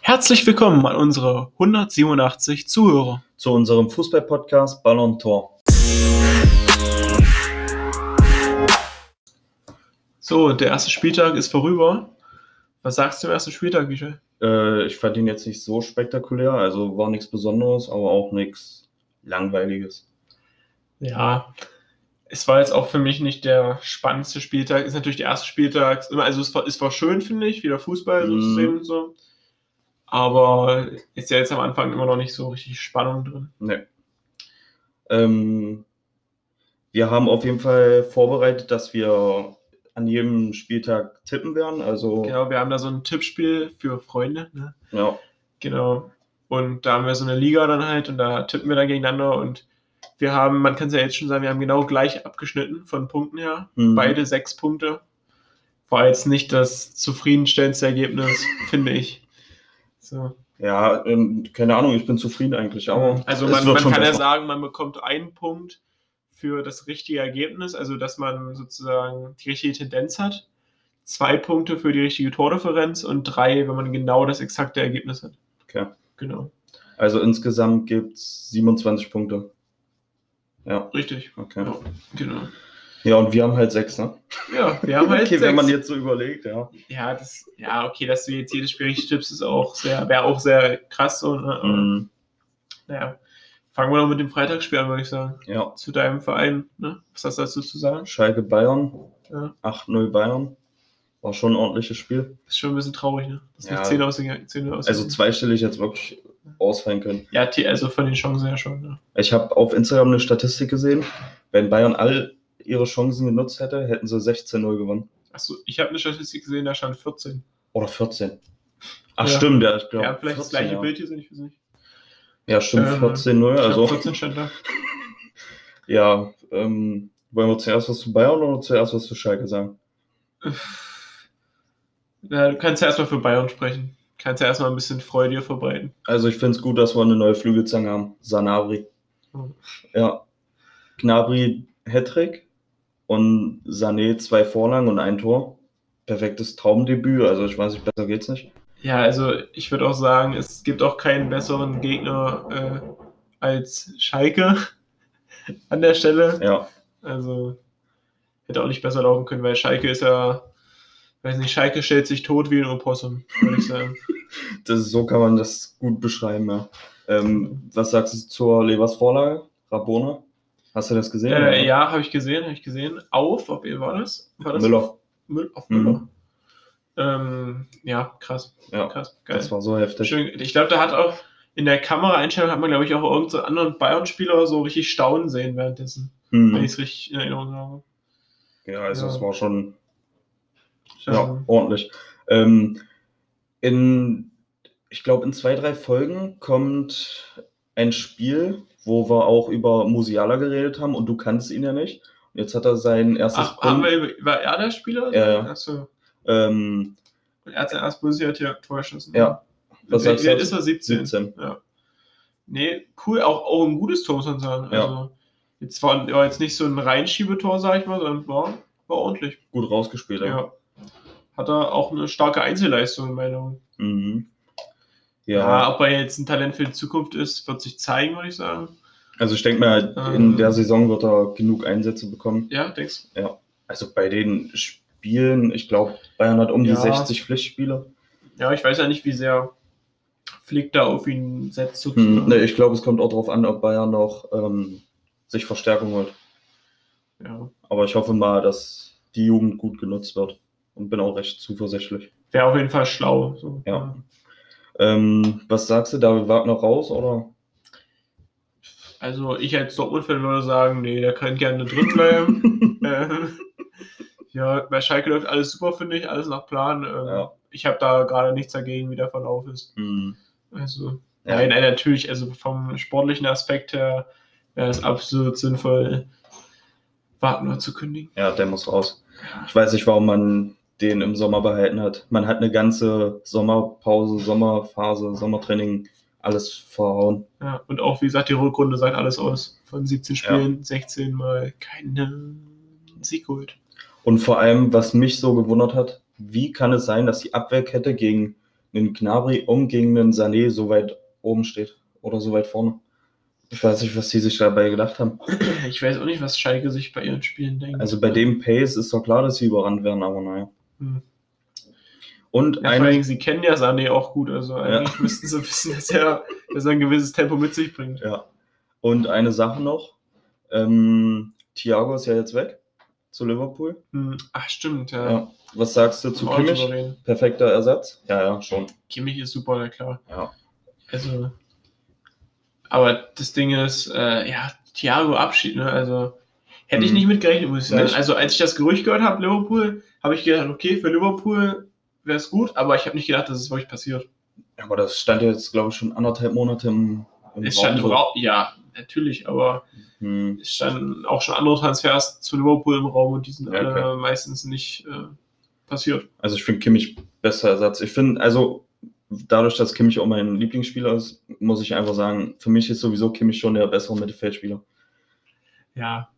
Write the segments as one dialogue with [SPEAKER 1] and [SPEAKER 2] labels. [SPEAKER 1] Herzlich willkommen an unsere 187 Zuhörer.
[SPEAKER 2] zu unserem Fußball-Podcast Ballon Tor.
[SPEAKER 1] So, der erste Spieltag ist vorüber. Was sagst du zum ersten Spieltag, Michel?
[SPEAKER 2] Äh, ich fand ihn jetzt nicht so spektakulär, also war nichts Besonderes, aber auch nichts Langweiliges.
[SPEAKER 1] Ja, es war jetzt auch für mich nicht der spannendste Spieltag. Ist natürlich der erste Spieltag. Also, es war, es war schön, finde ich, wieder Fußball so zu
[SPEAKER 2] Mhm.
[SPEAKER 1] sehen und so. Aber ist ja jetzt am Anfang immer noch nicht so richtig Spannung drin.
[SPEAKER 2] Nee. Ähm, wir haben auf jeden Fall vorbereitet, dass wir an jedem Spieltag tippen werden. Also, ja.
[SPEAKER 1] Genau, wir haben da so ein Tippspiel für Freunde. Ne? Genau. Und da haben wir so eine Liga dann halt und da tippen wir dann gegeneinander und wir haben, man kann es ja jetzt schon sagen, wir haben genau gleich abgeschnitten von Punkten her.
[SPEAKER 2] Mhm.
[SPEAKER 1] Beide sechs Punkte. War jetzt nicht das zufriedenstellendste Ergebnis, finde ich. So.
[SPEAKER 2] Ja, ähm, keine Ahnung, ich bin zufrieden eigentlich, aber.
[SPEAKER 1] also
[SPEAKER 2] es
[SPEAKER 1] man,
[SPEAKER 2] wird
[SPEAKER 1] man
[SPEAKER 2] schon
[SPEAKER 1] kann ja
[SPEAKER 2] besser.
[SPEAKER 1] sagen, man bekommt einen Punkt für das richtige Ergebnis, also dass man sozusagen die richtige Tendenz hat. Zwei Punkte für die richtige Tordifferenz und drei, wenn man genau das exakte Ergebnis hat.
[SPEAKER 2] Okay.
[SPEAKER 1] Genau.
[SPEAKER 2] Also insgesamt gibt es 27 Punkte. Ja,
[SPEAKER 1] Richtig.
[SPEAKER 2] okay.
[SPEAKER 1] Ja.
[SPEAKER 2] Ja,
[SPEAKER 1] Genau.
[SPEAKER 2] und wir haben halt sechs, ne?
[SPEAKER 1] Ja, wir haben halt
[SPEAKER 2] okay,
[SPEAKER 1] sechs.
[SPEAKER 2] wenn man jetzt so überlegt, ja.
[SPEAKER 1] ja, das, ja, okay, dass du jetzt jedes Spiel richtig tippst, ist auch sehr, wäre auch sehr krass. So, ne? Aber,
[SPEAKER 2] Mhm.
[SPEAKER 1] Naja, fangen wir doch mit dem Freitagsspiel an, würde ich sagen.
[SPEAKER 2] Ja.
[SPEAKER 1] Zu deinem Verein, ne? Was hast du dazu zu sagen?
[SPEAKER 2] Schalke Bayern,
[SPEAKER 1] Ja.
[SPEAKER 2] 8-0 Bayern. War schon ein ordentliches Spiel.
[SPEAKER 1] Ist schon ein bisschen traurig, ne? Dass
[SPEAKER 2] Ja.
[SPEAKER 1] nicht 10 ausgegangen 10
[SPEAKER 2] Also
[SPEAKER 1] ausgegangen.
[SPEAKER 2] zweistellig jetzt wirklich ausfallen können.
[SPEAKER 1] Ja, T- also von den Chancen her schon, ne?
[SPEAKER 2] Ich habe auf Instagram eine Statistik gesehen, wenn Bayern all ihre Chancen genutzt hätte, hätten sie 16-0 gewonnen.
[SPEAKER 1] Achso, ich habe eine Statistik gesehen, da stand 14.
[SPEAKER 2] Oder 14. Ach
[SPEAKER 1] Ja.
[SPEAKER 2] stimmt, ja, ich
[SPEAKER 1] Ja,
[SPEAKER 2] glaube.
[SPEAKER 1] vielleicht das gleiche Bild hier sind, ich weiß nicht.
[SPEAKER 2] Ja, stimmt,
[SPEAKER 1] Ähm,
[SPEAKER 2] 14-0.
[SPEAKER 1] Ich
[SPEAKER 2] Also,
[SPEAKER 1] glaub, 14 stand da.
[SPEAKER 2] ja, ähm, wollen wir zuerst was zu Bayern oder zuerst was zu Schalke sagen?
[SPEAKER 1] Na, du kannst ja erstmal für Bayern sprechen. Kannst ja erstmal ein bisschen Freude hier verbreiten.
[SPEAKER 2] Also, ich finde es gut, dass wir eine neue Flügelzange haben. Sanabri.
[SPEAKER 1] Mhm.
[SPEAKER 2] Ja. Gnabry Hattrick und Sané zwei Vorlagen und ein Tor. Perfektes Traumdebüt, also ich weiß nicht, besser geht's nicht.
[SPEAKER 1] Ja, also ich würde auch sagen, es gibt auch keinen besseren Gegner äh, als Schalke an der Stelle.
[SPEAKER 2] Ja,
[SPEAKER 1] Also hätte auch nicht besser laufen können, weil Schalke ist ja, weiß nicht, Schalke stellt sich tot wie ein Opossum, würde ich sagen.
[SPEAKER 2] das ist, so kann man das gut beschreiben, ja. Ähm, was sagst du zur Levers Vorlage? Rabona? Hast du das gesehen?
[SPEAKER 1] äh, ja, habe ich gesehen, habe ich gesehen. Auf, auf wen war das? War das
[SPEAKER 2] Müller.
[SPEAKER 1] Müll, auf
[SPEAKER 2] Mhm.
[SPEAKER 1] Müller. Ähm, ja, krass,
[SPEAKER 2] Ja,
[SPEAKER 1] krass, geil.
[SPEAKER 2] das war so heftig.
[SPEAKER 1] Schön, ich glaube, da hat auch in der Kameraeinstellung hat man, glaube ich, auch irgendeinen so einen anderen Bayern-Spieler so richtig staunen sehen währenddessen, wenn
[SPEAKER 2] Hm.
[SPEAKER 1] ich es richtig in Erinnerung habe.
[SPEAKER 2] Ja, also
[SPEAKER 1] Ja.
[SPEAKER 2] es war schon ja,
[SPEAKER 1] Ähm,
[SPEAKER 2] ordentlich. Ähm, in, ich glaube, in zwei, drei Folgen kommt ein Spiel, wo wir auch über Musiala geredet haben und du kannst ihn ja nicht. Und jetzt hat er sein erstes
[SPEAKER 1] Ach, haben
[SPEAKER 2] Bund-
[SPEAKER 1] wir, war er der Spieler?
[SPEAKER 2] Ja, ja.
[SPEAKER 1] Achso.
[SPEAKER 2] ähm,
[SPEAKER 1] Und er hat sein erstes Bundesliga-Tor geschossen.
[SPEAKER 2] Ja.
[SPEAKER 1] Was
[SPEAKER 2] Was
[SPEAKER 1] Wie
[SPEAKER 2] sagst du
[SPEAKER 1] alt ist
[SPEAKER 2] dazu?
[SPEAKER 1] er? 17.
[SPEAKER 2] 17.
[SPEAKER 1] Ja. Nee, cool. Auch, auch ein gutes Tor, muss man sagen.
[SPEAKER 2] Ja.
[SPEAKER 1] Also, jetzt war, war jetzt nicht so ein Reinschiebetor, sag ich mal, sondern war, war ordentlich.
[SPEAKER 2] Gut rausgespielt.
[SPEAKER 1] Ja.
[SPEAKER 2] Ja.
[SPEAKER 1] Hat er auch eine starke Einzelleistung, in meiner Meinung.
[SPEAKER 2] Mhm.
[SPEAKER 1] Ja.
[SPEAKER 2] Ja.
[SPEAKER 1] ob er jetzt ein Talent für die Zukunft ist, wird sich zeigen, würde ich sagen.
[SPEAKER 2] also ich denke mal,
[SPEAKER 1] Ähm.
[SPEAKER 2] in der Saison wird er genug Einsätze bekommen.
[SPEAKER 1] Ja, denkst du?
[SPEAKER 2] Also bei den Spielen, ich glaube, Bayern hat um
[SPEAKER 1] Ja.
[SPEAKER 2] die 60 Pflichtspiele.
[SPEAKER 1] Ja, ich weiß ja nicht, wie sehr Flick da auf ihn setzt.
[SPEAKER 2] Hm.
[SPEAKER 1] sozusagen.
[SPEAKER 2] Nee, ich glaube, es kommt auch darauf an, ob Bayern noch ähm, sich Verstärkung holt.
[SPEAKER 1] Ja.
[SPEAKER 2] Aber ich hoffe mal, dass die Jugend gut genutzt wird und bin auch recht zuversichtlich.
[SPEAKER 1] Wäre auf jeden Fall schlau. So.
[SPEAKER 2] Ja. Ähm, was sagst du, David Wagner raus oder?
[SPEAKER 1] Also ich als Dortmund-Fan würde sagen, nee, der kann gerne drin bleiben. ähm, ja, bei Schalke läuft alles super, finde ich, alles nach Plan. Ähm,
[SPEAKER 2] Ja.
[SPEAKER 1] Ich habe da gerade nichts dagegen, wie der Verlauf ist.
[SPEAKER 2] Hm.
[SPEAKER 1] Also,
[SPEAKER 2] Ja.
[SPEAKER 1] nein, nein, natürlich, also vom sportlichen Aspekt her wäre es absolut sinnvoll, Wagner zu kündigen.
[SPEAKER 2] Ja, der muss raus. Ich weiß nicht, warum man den im Sommer behalten hat. Man hat eine ganze Sommerpause, Sommerphase, Sommertraining, alles verhauen.
[SPEAKER 1] Ja, und auch, wie gesagt, die Rückrunde sagt alles aus. Von 17 Spielen, 16 mal keinen Sieg geholt.
[SPEAKER 2] Und vor allem, was mich so gewundert hat, wie kann es sein, dass die Abwehrkette gegen einen Gnabry um gegen einen Sané so weit oben steht oder so weit vorne. Ich weiß nicht, was die sich dabei gedacht haben.
[SPEAKER 1] Ich weiß auch nicht, was Schalke sich bei ihren Spielen denkt.
[SPEAKER 2] Also bei dem Pace ist doch klar, dass sie überrannt werden, aber naja.
[SPEAKER 1] Hm.
[SPEAKER 2] Und
[SPEAKER 1] Ja,
[SPEAKER 2] ein-
[SPEAKER 1] vor allem, sie kennen ja Sané auch gut, also eigentlich müssten sie wissen, dass er, dass er ein gewisses Tempo mit sich bringt.
[SPEAKER 2] Ja. Und eine Sache noch. Ähm, Thiago ist ja jetzt weg zu Liverpool.
[SPEAKER 1] Hm. Ach, stimmt, ja.
[SPEAKER 2] Ja. Was sagst du zu
[SPEAKER 1] Brauchen wir
[SPEAKER 2] Kimmich?
[SPEAKER 1] drüber reden.
[SPEAKER 2] Perfekter Ersatz? Ja, ja, schon.
[SPEAKER 1] Kimmich ist super, na klar.
[SPEAKER 2] Ja.
[SPEAKER 1] Also, aber das Ding ist, äh, ja, Thiago Abschied, ne? Also, hätte ich
[SPEAKER 2] Mhm.
[SPEAKER 1] nicht mitgerechnet, muss ich sagen.
[SPEAKER 2] Nicht?
[SPEAKER 1] Also, als ich das Gerücht gehört habe, Liverpool, habe ich gedacht, okay, für Liverpool wäre es gut, aber ich habe nicht gedacht, dass es wirklich passiert.
[SPEAKER 2] Aber das stand ja jetzt, glaube ich, schon anderthalb Monate im, im
[SPEAKER 1] Es stand
[SPEAKER 2] so.
[SPEAKER 1] im Raum, ja, natürlich, aber
[SPEAKER 2] Hm.
[SPEAKER 1] es standen auch schon andere Transfers zu Liverpool im Raum und die sind
[SPEAKER 2] Ja,
[SPEAKER 1] alle meistens nicht äh, passiert.
[SPEAKER 2] Also ich finde Kimmich besser Ersatz. Ich finde, also dadurch, dass Kimmich auch mein Lieblingsspieler ist, muss ich einfach sagen, für mich ist sowieso Kimmich schon der bessere Mittelfeldspieler.
[SPEAKER 1] Ja.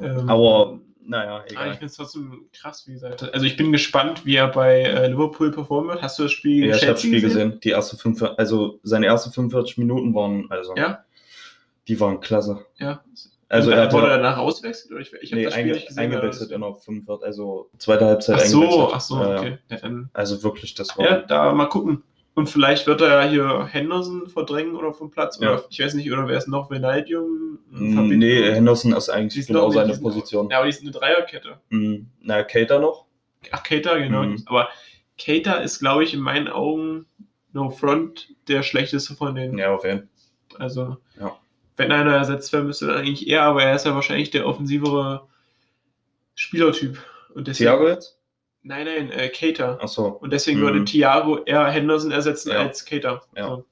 [SPEAKER 1] Ähm,
[SPEAKER 2] Aber naja,
[SPEAKER 1] Aber Ah, ich
[SPEAKER 2] egal.
[SPEAKER 1] finde es trotzdem krass, wie gesagt. Also ich bin gespannt, wie er bei äh, Liverpool performen wird. Hast du das Spiel
[SPEAKER 2] Ja, ich
[SPEAKER 1] gegen
[SPEAKER 2] habe das Spiel
[SPEAKER 1] Chelsea
[SPEAKER 2] gesehen. Die erste fünf, also seine ersten 45 Minuten waren, also
[SPEAKER 1] Ja.
[SPEAKER 2] die waren klasse.
[SPEAKER 1] Ja.
[SPEAKER 2] Also
[SPEAKER 1] Und
[SPEAKER 2] er
[SPEAKER 1] dann
[SPEAKER 2] hat
[SPEAKER 1] wurde
[SPEAKER 2] ja,
[SPEAKER 1] er danach ausgewechselt? Oder ich ich habe
[SPEAKER 2] nee,
[SPEAKER 1] das Spiel
[SPEAKER 2] einge,
[SPEAKER 1] nicht gesehen.
[SPEAKER 2] eingewechselt
[SPEAKER 1] aber
[SPEAKER 2] in der 45, also zweite Halbzeit
[SPEAKER 1] das- Ach so,
[SPEAKER 2] eingewechselt.
[SPEAKER 1] ach so,
[SPEAKER 2] Ja, ja.
[SPEAKER 1] okay. Ja, dann,
[SPEAKER 2] Also wirklich, das war
[SPEAKER 1] ja, da mal gucken. Und vielleicht wird er ja hier Henderson verdrängen oder vom Platz.
[SPEAKER 2] Ja.
[SPEAKER 1] Oder ich weiß nicht, oder wer ist noch? Vinaldium?
[SPEAKER 2] Mm, Nee, Henderson ist eigentlich
[SPEAKER 1] Diesen
[SPEAKER 2] genau
[SPEAKER 1] Dominik,
[SPEAKER 2] seine
[SPEAKER 1] diesen-
[SPEAKER 2] Position.
[SPEAKER 1] Ja, aber die sind eine Dreierkette.
[SPEAKER 2] Mm, Na, Cater noch?
[SPEAKER 1] Ach, Keita, genau.
[SPEAKER 2] Mhm.
[SPEAKER 1] Aber Keita ist, glaube ich, in meinen Augen, no front, der schlechteste von denen.
[SPEAKER 2] Ja, auf jeden
[SPEAKER 1] Also,
[SPEAKER 2] Ja.
[SPEAKER 1] wenn einer ersetzt werden müsste, dann eigentlich er, aber er ist ja wahrscheinlich der offensivere Spielertyp. Und
[SPEAKER 2] Fall.
[SPEAKER 1] deswegen,
[SPEAKER 2] Thiago jetzt?
[SPEAKER 1] Nein, nein, äh, Cater.
[SPEAKER 2] Achso.
[SPEAKER 1] Und deswegen
[SPEAKER 2] Mhm.
[SPEAKER 1] würde Thiago eher Henderson ersetzen
[SPEAKER 2] Ja.
[SPEAKER 1] als Cater.
[SPEAKER 2] Ja.
[SPEAKER 1] So.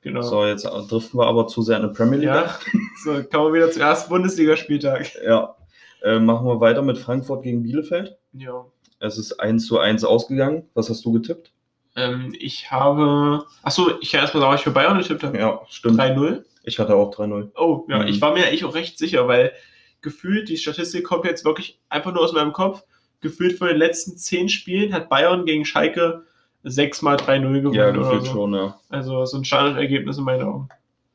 [SPEAKER 1] Genau. So.
[SPEAKER 2] So, jetzt driften wir aber zu sehr in die Premier League.
[SPEAKER 1] Ja, so kommen wir wieder zum ersten Bundesligaspieltag.
[SPEAKER 2] Ja. Äh, machen wir weiter mit Frankfurt gegen Bielefeld.
[SPEAKER 1] Ja.
[SPEAKER 2] Es ist 1 zu 1 ausgegangen. Was hast du getippt?
[SPEAKER 1] Ähm, ich habe. Achso, ich kann erstmal sagen, was ich für Bayern getippt habe.
[SPEAKER 2] Ja, stimmt.
[SPEAKER 1] 3-0.
[SPEAKER 2] Ich hatte auch 3-0.
[SPEAKER 1] Oh, ja,
[SPEAKER 2] Mhm.
[SPEAKER 1] ich war mir eigentlich auch recht sicher, weil gefühlt, die Statistik kommt jetzt wirklich einfach nur aus meinem Kopf, gefühlt von den letzten zehn Spielen hat Bayern gegen Schalke sechsmal 3-0 gewonnen.
[SPEAKER 2] Ja,
[SPEAKER 1] oder
[SPEAKER 2] gefühlt
[SPEAKER 1] so.
[SPEAKER 2] schon, ja.
[SPEAKER 1] Also so ein Standardergebnis in meinen Augen.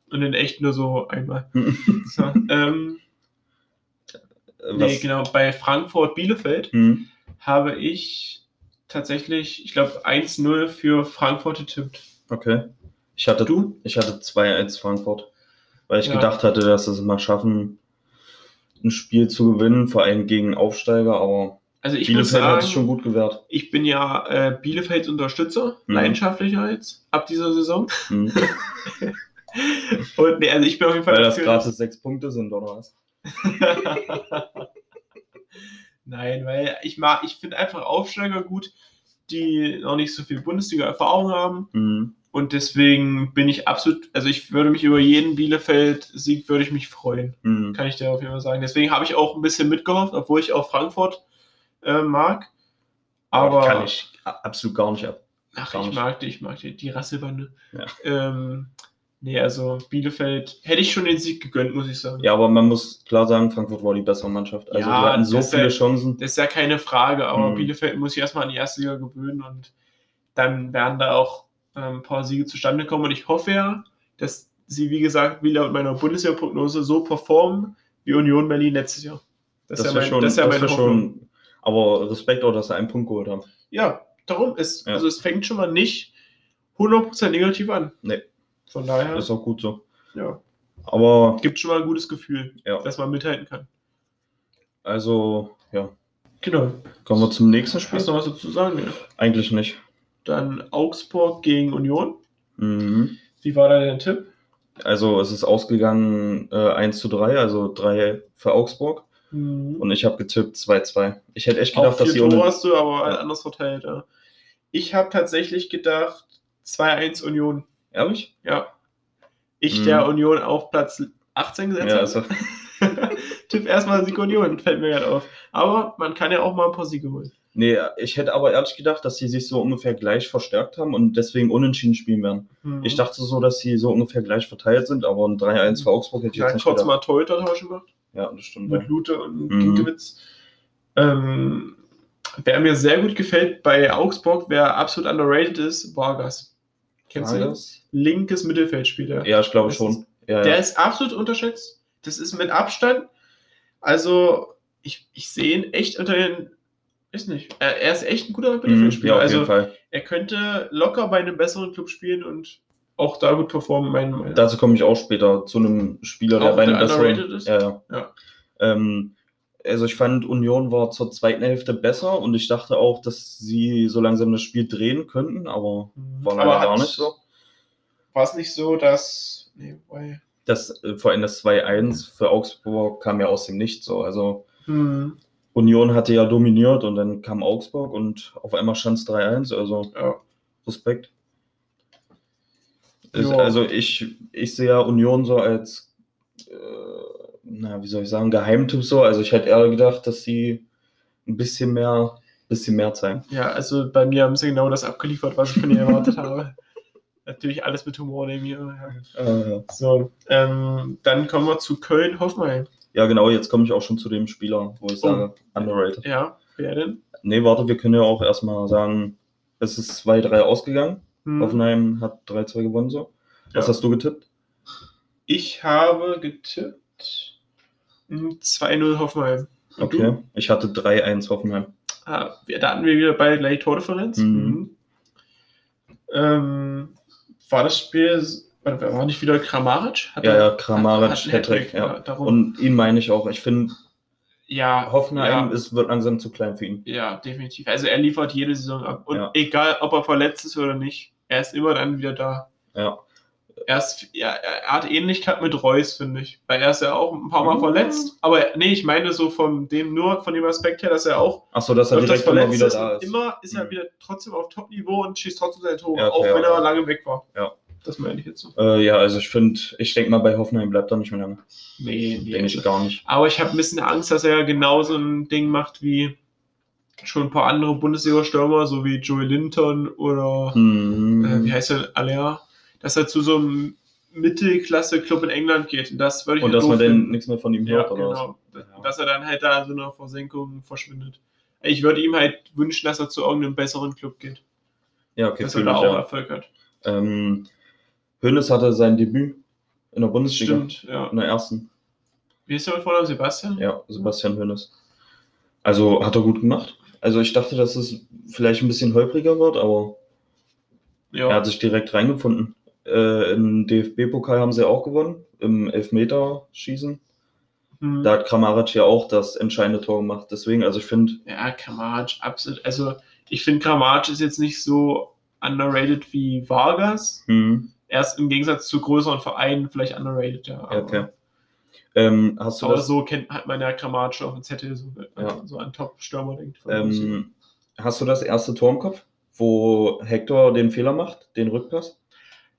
[SPEAKER 1] Und in echt nur so einmal. So, ähm,
[SPEAKER 2] Äh,
[SPEAKER 1] nee,
[SPEAKER 2] Was?
[SPEAKER 1] genau, bei Frankfurt-Bielefeld
[SPEAKER 2] Hm.
[SPEAKER 1] habe ich tatsächlich, ich glaube, 1-0 für Frankfurt getippt.
[SPEAKER 2] Okay. Ich hatte,
[SPEAKER 1] Du?
[SPEAKER 2] ich hatte 2-1 Frankfurt. Weil ich
[SPEAKER 1] Ja.
[SPEAKER 2] gedacht hatte, dass sie es mal schaffen, ein Spiel zu gewinnen, vor allem gegen Aufsteiger, aber
[SPEAKER 1] Also ich muss
[SPEAKER 2] Bielefeld hat
[SPEAKER 1] sagen,
[SPEAKER 2] sich schon gut gewehrt.
[SPEAKER 1] ich bin ja äh, Bielefelds Unterstützer,
[SPEAKER 2] Mhm.
[SPEAKER 1] leidenschaftlicher jetzt, ab dieser Saison.
[SPEAKER 2] Hm.
[SPEAKER 1] Und nee, also ich bin auf jeden Fall
[SPEAKER 2] Weil das
[SPEAKER 1] dafür-
[SPEAKER 2] gratis sechs Punkte sind, oder was?
[SPEAKER 1] Nein, weil ich mag, ich finde einfach Aufsteiger gut, die noch nicht so viel Bundesliga-Erfahrung haben.
[SPEAKER 2] Hm.
[SPEAKER 1] Und deswegen bin ich absolut, also ich würde mich über jeden Bielefeld-Sieg würde ich mich freuen.
[SPEAKER 2] Hm.
[SPEAKER 1] Kann ich dir auf jeden Fall sagen. Deswegen habe ich auch ein bisschen mitgehofft, obwohl ich auch Frankfurt äh, mag. Aber
[SPEAKER 2] kann ich a- absolut gar nicht ab.
[SPEAKER 1] Ach,
[SPEAKER 2] Gar
[SPEAKER 1] ich
[SPEAKER 2] nicht.
[SPEAKER 1] mag die, ich mag die, die Rassebande.
[SPEAKER 2] Ja.
[SPEAKER 1] Ähm, nee, also Bielefeld hätte ich schon den Sieg gegönnt, muss ich sagen.
[SPEAKER 2] Ja, aber man muss klar sagen, Frankfurt war die bessere Mannschaft. Also
[SPEAKER 1] Ja,
[SPEAKER 2] wir hatten so
[SPEAKER 1] das ist
[SPEAKER 2] viele
[SPEAKER 1] ja-
[SPEAKER 2] Chancen.
[SPEAKER 1] Das ist ja keine Frage, aber
[SPEAKER 2] Mhm.
[SPEAKER 1] Bielefeld muss sich erstmal an die erste Liga gewöhnen und dann werden da auch ähm, ein paar Siege zustande kommen. Und ich hoffe ja, dass sie, wie gesagt, wie laut meiner Bundesliga-Prognose so performen wie Union Berlin letztes Jahr.
[SPEAKER 2] Das,
[SPEAKER 1] ja
[SPEAKER 2] wär
[SPEAKER 1] mein-
[SPEAKER 2] schon,
[SPEAKER 1] das ist ja
[SPEAKER 2] das
[SPEAKER 1] meine
[SPEAKER 2] wär
[SPEAKER 1] Hoffnung.
[SPEAKER 2] schon. Aber Respekt auch, dass sie einen Punkt geholt haben.
[SPEAKER 1] Ja, darum ist,
[SPEAKER 2] Ja.
[SPEAKER 1] also es fängt schon mal nicht 100% negativ an.
[SPEAKER 2] Nee.
[SPEAKER 1] Von daher,
[SPEAKER 2] Ist auch gut so.
[SPEAKER 1] ja,
[SPEAKER 2] Aber
[SPEAKER 1] gibt schon mal ein gutes Gefühl,
[SPEAKER 2] ja,
[SPEAKER 1] dass man mithalten kann.
[SPEAKER 2] also ja.
[SPEAKER 1] Genau.
[SPEAKER 2] Kommen wir zum nächsten Spiel?
[SPEAKER 1] Hast du noch was dazu zu sagen? Ja.
[SPEAKER 2] Eigentlich nicht.
[SPEAKER 1] Dann Augsburg gegen Union.
[SPEAKER 2] Mhm.
[SPEAKER 1] Wie war da dein Tipp?
[SPEAKER 2] Also es ist ausgegangen äh, 1 zu 3, also 3 für Augsburg.
[SPEAKER 1] Mhm.
[SPEAKER 2] Und ich habe getippt 2-2. Ich hätte echt
[SPEAKER 1] Auch
[SPEAKER 2] gedacht, dass
[SPEAKER 1] vier
[SPEAKER 2] die
[SPEAKER 1] Tore
[SPEAKER 2] ohne.
[SPEAKER 1] hast du, aber
[SPEAKER 2] Ja.
[SPEAKER 1] anders verteilt. Ja. Ich habe tatsächlich gedacht 2-1 Union.
[SPEAKER 2] Ehrlich?
[SPEAKER 1] Ja. Ich
[SPEAKER 2] Mhm.
[SPEAKER 1] der Union auf Platz 18 gesetzt
[SPEAKER 2] Ja,
[SPEAKER 1] habe.
[SPEAKER 2] also,
[SPEAKER 1] Tipp erstmal Sieg Union, fällt mir gerade auf. Aber man kann ja auch mal ein paar Siege holen.
[SPEAKER 2] nee, ich hätte aber ehrlich gedacht, dass sie sich so ungefähr gleich verstärkt haben und deswegen unentschieden spielen werden.
[SPEAKER 1] Mhm.
[SPEAKER 2] Ich dachte so, dass sie so ungefähr gleich verteilt sind, aber ein 3-1 für Augsburg hätte ich jetzt
[SPEAKER 1] dann
[SPEAKER 2] nicht
[SPEAKER 1] kurz Mhm.
[SPEAKER 2] gedacht.
[SPEAKER 1] mal Torhüter-Tausch gemacht
[SPEAKER 2] Ja, das stimmt.
[SPEAKER 1] mit Lute und
[SPEAKER 2] Mhm.
[SPEAKER 1] Ginkiewicz. Ähm, Wer mir sehr gut gefällt bei Augsburg, wer absolut underrated ist, Vargas. Kennst du ihn?
[SPEAKER 2] Vargas?
[SPEAKER 1] Linkes Mittelfeldspieler.
[SPEAKER 2] Ja, ich glaube
[SPEAKER 1] Das
[SPEAKER 2] schon. Ja,
[SPEAKER 1] Der
[SPEAKER 2] ja.
[SPEAKER 1] ist absolut unterschätzt. Das ist mit Abstand. Also, ich, ich sehe ihn echt unter den. Ist nicht. Er, er ist echt ein guter
[SPEAKER 2] Mhm,
[SPEAKER 1] Mittelfeldspieler.
[SPEAKER 2] ja, auf jeden
[SPEAKER 1] also,
[SPEAKER 2] Fall.
[SPEAKER 1] er könnte locker bei einem besseren Club spielen und auch da gut performen, meinen Meinung.
[SPEAKER 2] Dazu komme ich auch später zu einem Spieler,
[SPEAKER 1] Also, Auch
[SPEAKER 2] der bei einem
[SPEAKER 1] der
[SPEAKER 2] besseren.
[SPEAKER 1] underrated ist?
[SPEAKER 2] Ja, ja.
[SPEAKER 1] Ja.
[SPEAKER 2] Ähm, also ich fand, Union war zur zweiten Hälfte besser und ich dachte auch, dass sie so langsam das Spiel drehen könnten, aber war leider gar nicht so.
[SPEAKER 1] War es nicht so, dass. Nee, weil,
[SPEAKER 2] Das, äh, vor allem das 2-1 für Augsburg kam ja aus dem Nichts so. Also
[SPEAKER 1] hm,
[SPEAKER 2] Union hatte ja dominiert und dann kam Augsburg und auf einmal stand es 3-1, also
[SPEAKER 1] ja.
[SPEAKER 2] Respekt. Ist,
[SPEAKER 1] Ja.
[SPEAKER 2] also ich, ich sehe ja Union so als, äh, na, wie soll ich sagen, Geheimtipp so. Also ich hätte eher gedacht, dass sie ein bisschen mehr, bisschen mehr zeigen.
[SPEAKER 1] ja, also bei mir haben sie genau das abgeliefert, was ich von ihr erwartet habe. Natürlich alles mit Humor neben mir. Ja.
[SPEAKER 2] Äh,
[SPEAKER 1] So, ähm, dann kommen wir zu Köln-Hoffenheim.
[SPEAKER 2] ja, genau, jetzt komme ich auch schon zu dem Spieler, wo ich
[SPEAKER 1] Oh.
[SPEAKER 2] sage, underrated.
[SPEAKER 1] Ja, wer denn?
[SPEAKER 2] Nee, warte, wir können ja auch erstmal sagen, es ist 2-3 ausgegangen.
[SPEAKER 1] Hm.
[SPEAKER 2] Hoffenheim hat 3-2 gewonnen so. Was
[SPEAKER 1] Ja.
[SPEAKER 2] hast du getippt?
[SPEAKER 1] Ich habe getippt hm, 2-0 Hoffenheim. Und
[SPEAKER 2] Okay,
[SPEAKER 1] du?
[SPEAKER 2] ich hatte 3-1 Hoffenheim.
[SPEAKER 1] Ah, wir- da hatten wir wieder beide gleich Tordifferenz.
[SPEAKER 2] Mhm.
[SPEAKER 1] Mhm. Ähm, war das Spiel, warte, war nicht wieder Kramaric? Hat
[SPEAKER 2] Ja,
[SPEAKER 1] er-
[SPEAKER 2] ja,
[SPEAKER 1] hat- hat
[SPEAKER 2] Kramaric,
[SPEAKER 1] einen
[SPEAKER 2] Hattrick, ja.
[SPEAKER 1] ja. Darum,
[SPEAKER 2] Und ihn meine ich auch. Ich finde,
[SPEAKER 1] ja,
[SPEAKER 2] Hoffenheim
[SPEAKER 1] Ah, ja,
[SPEAKER 2] ist, wird langsam zu klein für ihn.
[SPEAKER 1] Ja, definitiv. Also er liefert jede Saison ab. Und
[SPEAKER 2] Ja.
[SPEAKER 1] egal, ob er verletzt ist oder nicht, er ist immer dann wieder da.
[SPEAKER 2] Ja.
[SPEAKER 1] Er, ist, ja, er hat Ähnlichkeit mit Reus, finde ich. Weil er ist ja auch ein paar Mal
[SPEAKER 2] Mhm.
[SPEAKER 1] verletzt. Aber nee, ich meine so von dem, nur von dem Aspekt her, dass er auch
[SPEAKER 2] Achso, dass er
[SPEAKER 1] öfters
[SPEAKER 2] direkt immer
[SPEAKER 1] verletzt
[SPEAKER 2] wieder
[SPEAKER 1] ist.
[SPEAKER 2] da
[SPEAKER 1] und
[SPEAKER 2] ist.
[SPEAKER 1] Immer ist er
[SPEAKER 2] Mhm.
[SPEAKER 1] wieder trotzdem auf Top-Niveau und schießt trotzdem seine Tore,
[SPEAKER 2] Ja, okay,
[SPEAKER 1] auch wenn
[SPEAKER 2] ja.
[SPEAKER 1] er lange weg war.
[SPEAKER 2] Ja.
[SPEAKER 1] Das meine ich jetzt so.
[SPEAKER 2] Äh, ja, also ich finde, ich denke mal, bei Hoffenheim bleibt er nicht mehr lange.
[SPEAKER 1] Nee,
[SPEAKER 2] Denke ich gar nicht.
[SPEAKER 1] Aber ich habe ein bisschen Angst, dass er genauso ein Ding macht wie schon ein paar andere Bundesliga-Stürmer, so wie Joey Linton oder
[SPEAKER 2] Hm.
[SPEAKER 1] äh, wie heißt der, Alea, dass er zu so einem Mittelklasse-Club in England geht. Und das würde ich
[SPEAKER 2] Und
[SPEAKER 1] halt
[SPEAKER 2] dass man
[SPEAKER 1] doof
[SPEAKER 2] dann
[SPEAKER 1] finden.
[SPEAKER 2] nichts mehr von ihm
[SPEAKER 1] ja,
[SPEAKER 2] hört oder
[SPEAKER 1] genau.
[SPEAKER 2] was? Ja.
[SPEAKER 1] Dass er dann halt da in so einer Versenkung verschwindet. Ich würde ihm halt wünschen, dass er zu irgendeinem besseren Club geht.
[SPEAKER 2] ja, okay,
[SPEAKER 1] dass
[SPEAKER 2] fühl
[SPEAKER 1] er
[SPEAKER 2] ich,
[SPEAKER 1] da auch
[SPEAKER 2] ja.
[SPEAKER 1] Erfolg hat.
[SPEAKER 2] Ähm, Hönes hatte sein Debüt in der Bundesliga.
[SPEAKER 1] Stimmt, ja.
[SPEAKER 2] In der ersten.
[SPEAKER 1] Wie ist der mit Vornamen? Sebastian?
[SPEAKER 2] Ja, Sebastian Hönes. Also hat er gut gemacht. Also ich dachte, dass es vielleicht ein bisschen holpriger wird, aber
[SPEAKER 1] Ja.
[SPEAKER 2] Er hat sich direkt reingefunden. Äh, Im DFB-Pokal haben sie auch gewonnen, im Elfmeterschießen.
[SPEAKER 1] Hm.
[SPEAKER 2] Da hat Kramaric ja auch das entscheidende Tor gemacht. Deswegen, also ich finde,
[SPEAKER 1] Ja, Kramaric, absolut. Also, ich finde, Kramaric ist jetzt nicht so underrated wie Vargas.
[SPEAKER 2] hm,
[SPEAKER 1] Er ist im Gegensatz zu größeren Vereinen vielleicht underrated, ja.
[SPEAKER 2] ja,
[SPEAKER 1] Aber,
[SPEAKER 2] okay. Ähm, hast du
[SPEAKER 1] aber
[SPEAKER 2] das,
[SPEAKER 1] so kennt, hat man ja Kramaric schon auf dem Zettel, so, wenn
[SPEAKER 2] Ja.
[SPEAKER 1] man so an Top-Stürmer denkt.
[SPEAKER 2] ähm, hast du das erste Tor im Kopf, wo Hector den Fehler macht, den Rückpass?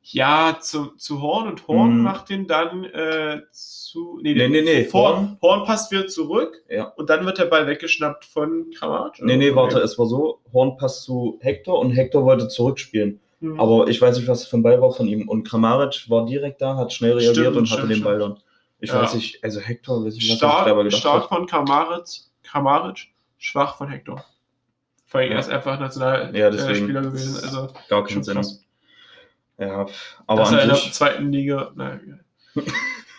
[SPEAKER 1] ja, zu, zu Horn und Horn
[SPEAKER 2] Mhm.
[SPEAKER 1] macht den dann äh, zu. Nee,
[SPEAKER 2] Nee,
[SPEAKER 1] den-
[SPEAKER 2] nee, nee,
[SPEAKER 1] Horn,
[SPEAKER 2] Horn.
[SPEAKER 1] Horn passt wieder zurück
[SPEAKER 2] Ja.
[SPEAKER 1] und dann wird der Ball weggeschnappt von Kramaric.
[SPEAKER 2] Nee, nee, warte, es war so, Horn passt zu Hector und Hector wollte zurückspielen.
[SPEAKER 1] Mhm.
[SPEAKER 2] Aber ich weiß nicht, was für ein Ball war von ihm. Und Kramaric war direkt da, hat schnell reagiert
[SPEAKER 1] Stimmt,
[SPEAKER 2] und hatte
[SPEAKER 1] stimmt,
[SPEAKER 2] den Ball dann. Ich
[SPEAKER 1] Ja.
[SPEAKER 2] weiß nicht, also Hector, weiß nicht, was ich dabei
[SPEAKER 1] Stark,
[SPEAKER 2] gedacht
[SPEAKER 1] stark
[SPEAKER 2] hab.
[SPEAKER 1] von Kramaric, Kramaric, schwach von Hector. Vor allem,
[SPEAKER 2] Ja.
[SPEAKER 1] er ist einfach Nationalspieler
[SPEAKER 2] Ja,
[SPEAKER 1] äh,
[SPEAKER 2] deswegen.
[SPEAKER 1] Spieler gewesen. Also,
[SPEAKER 2] Gar
[SPEAKER 1] Schon
[SPEAKER 2] keinen Sinn.
[SPEAKER 1] krass.
[SPEAKER 2] Ja, pf, aber
[SPEAKER 1] dass er in
[SPEAKER 2] an
[SPEAKER 1] der
[SPEAKER 2] sich,
[SPEAKER 1] zweiten Liga. Naja, egal.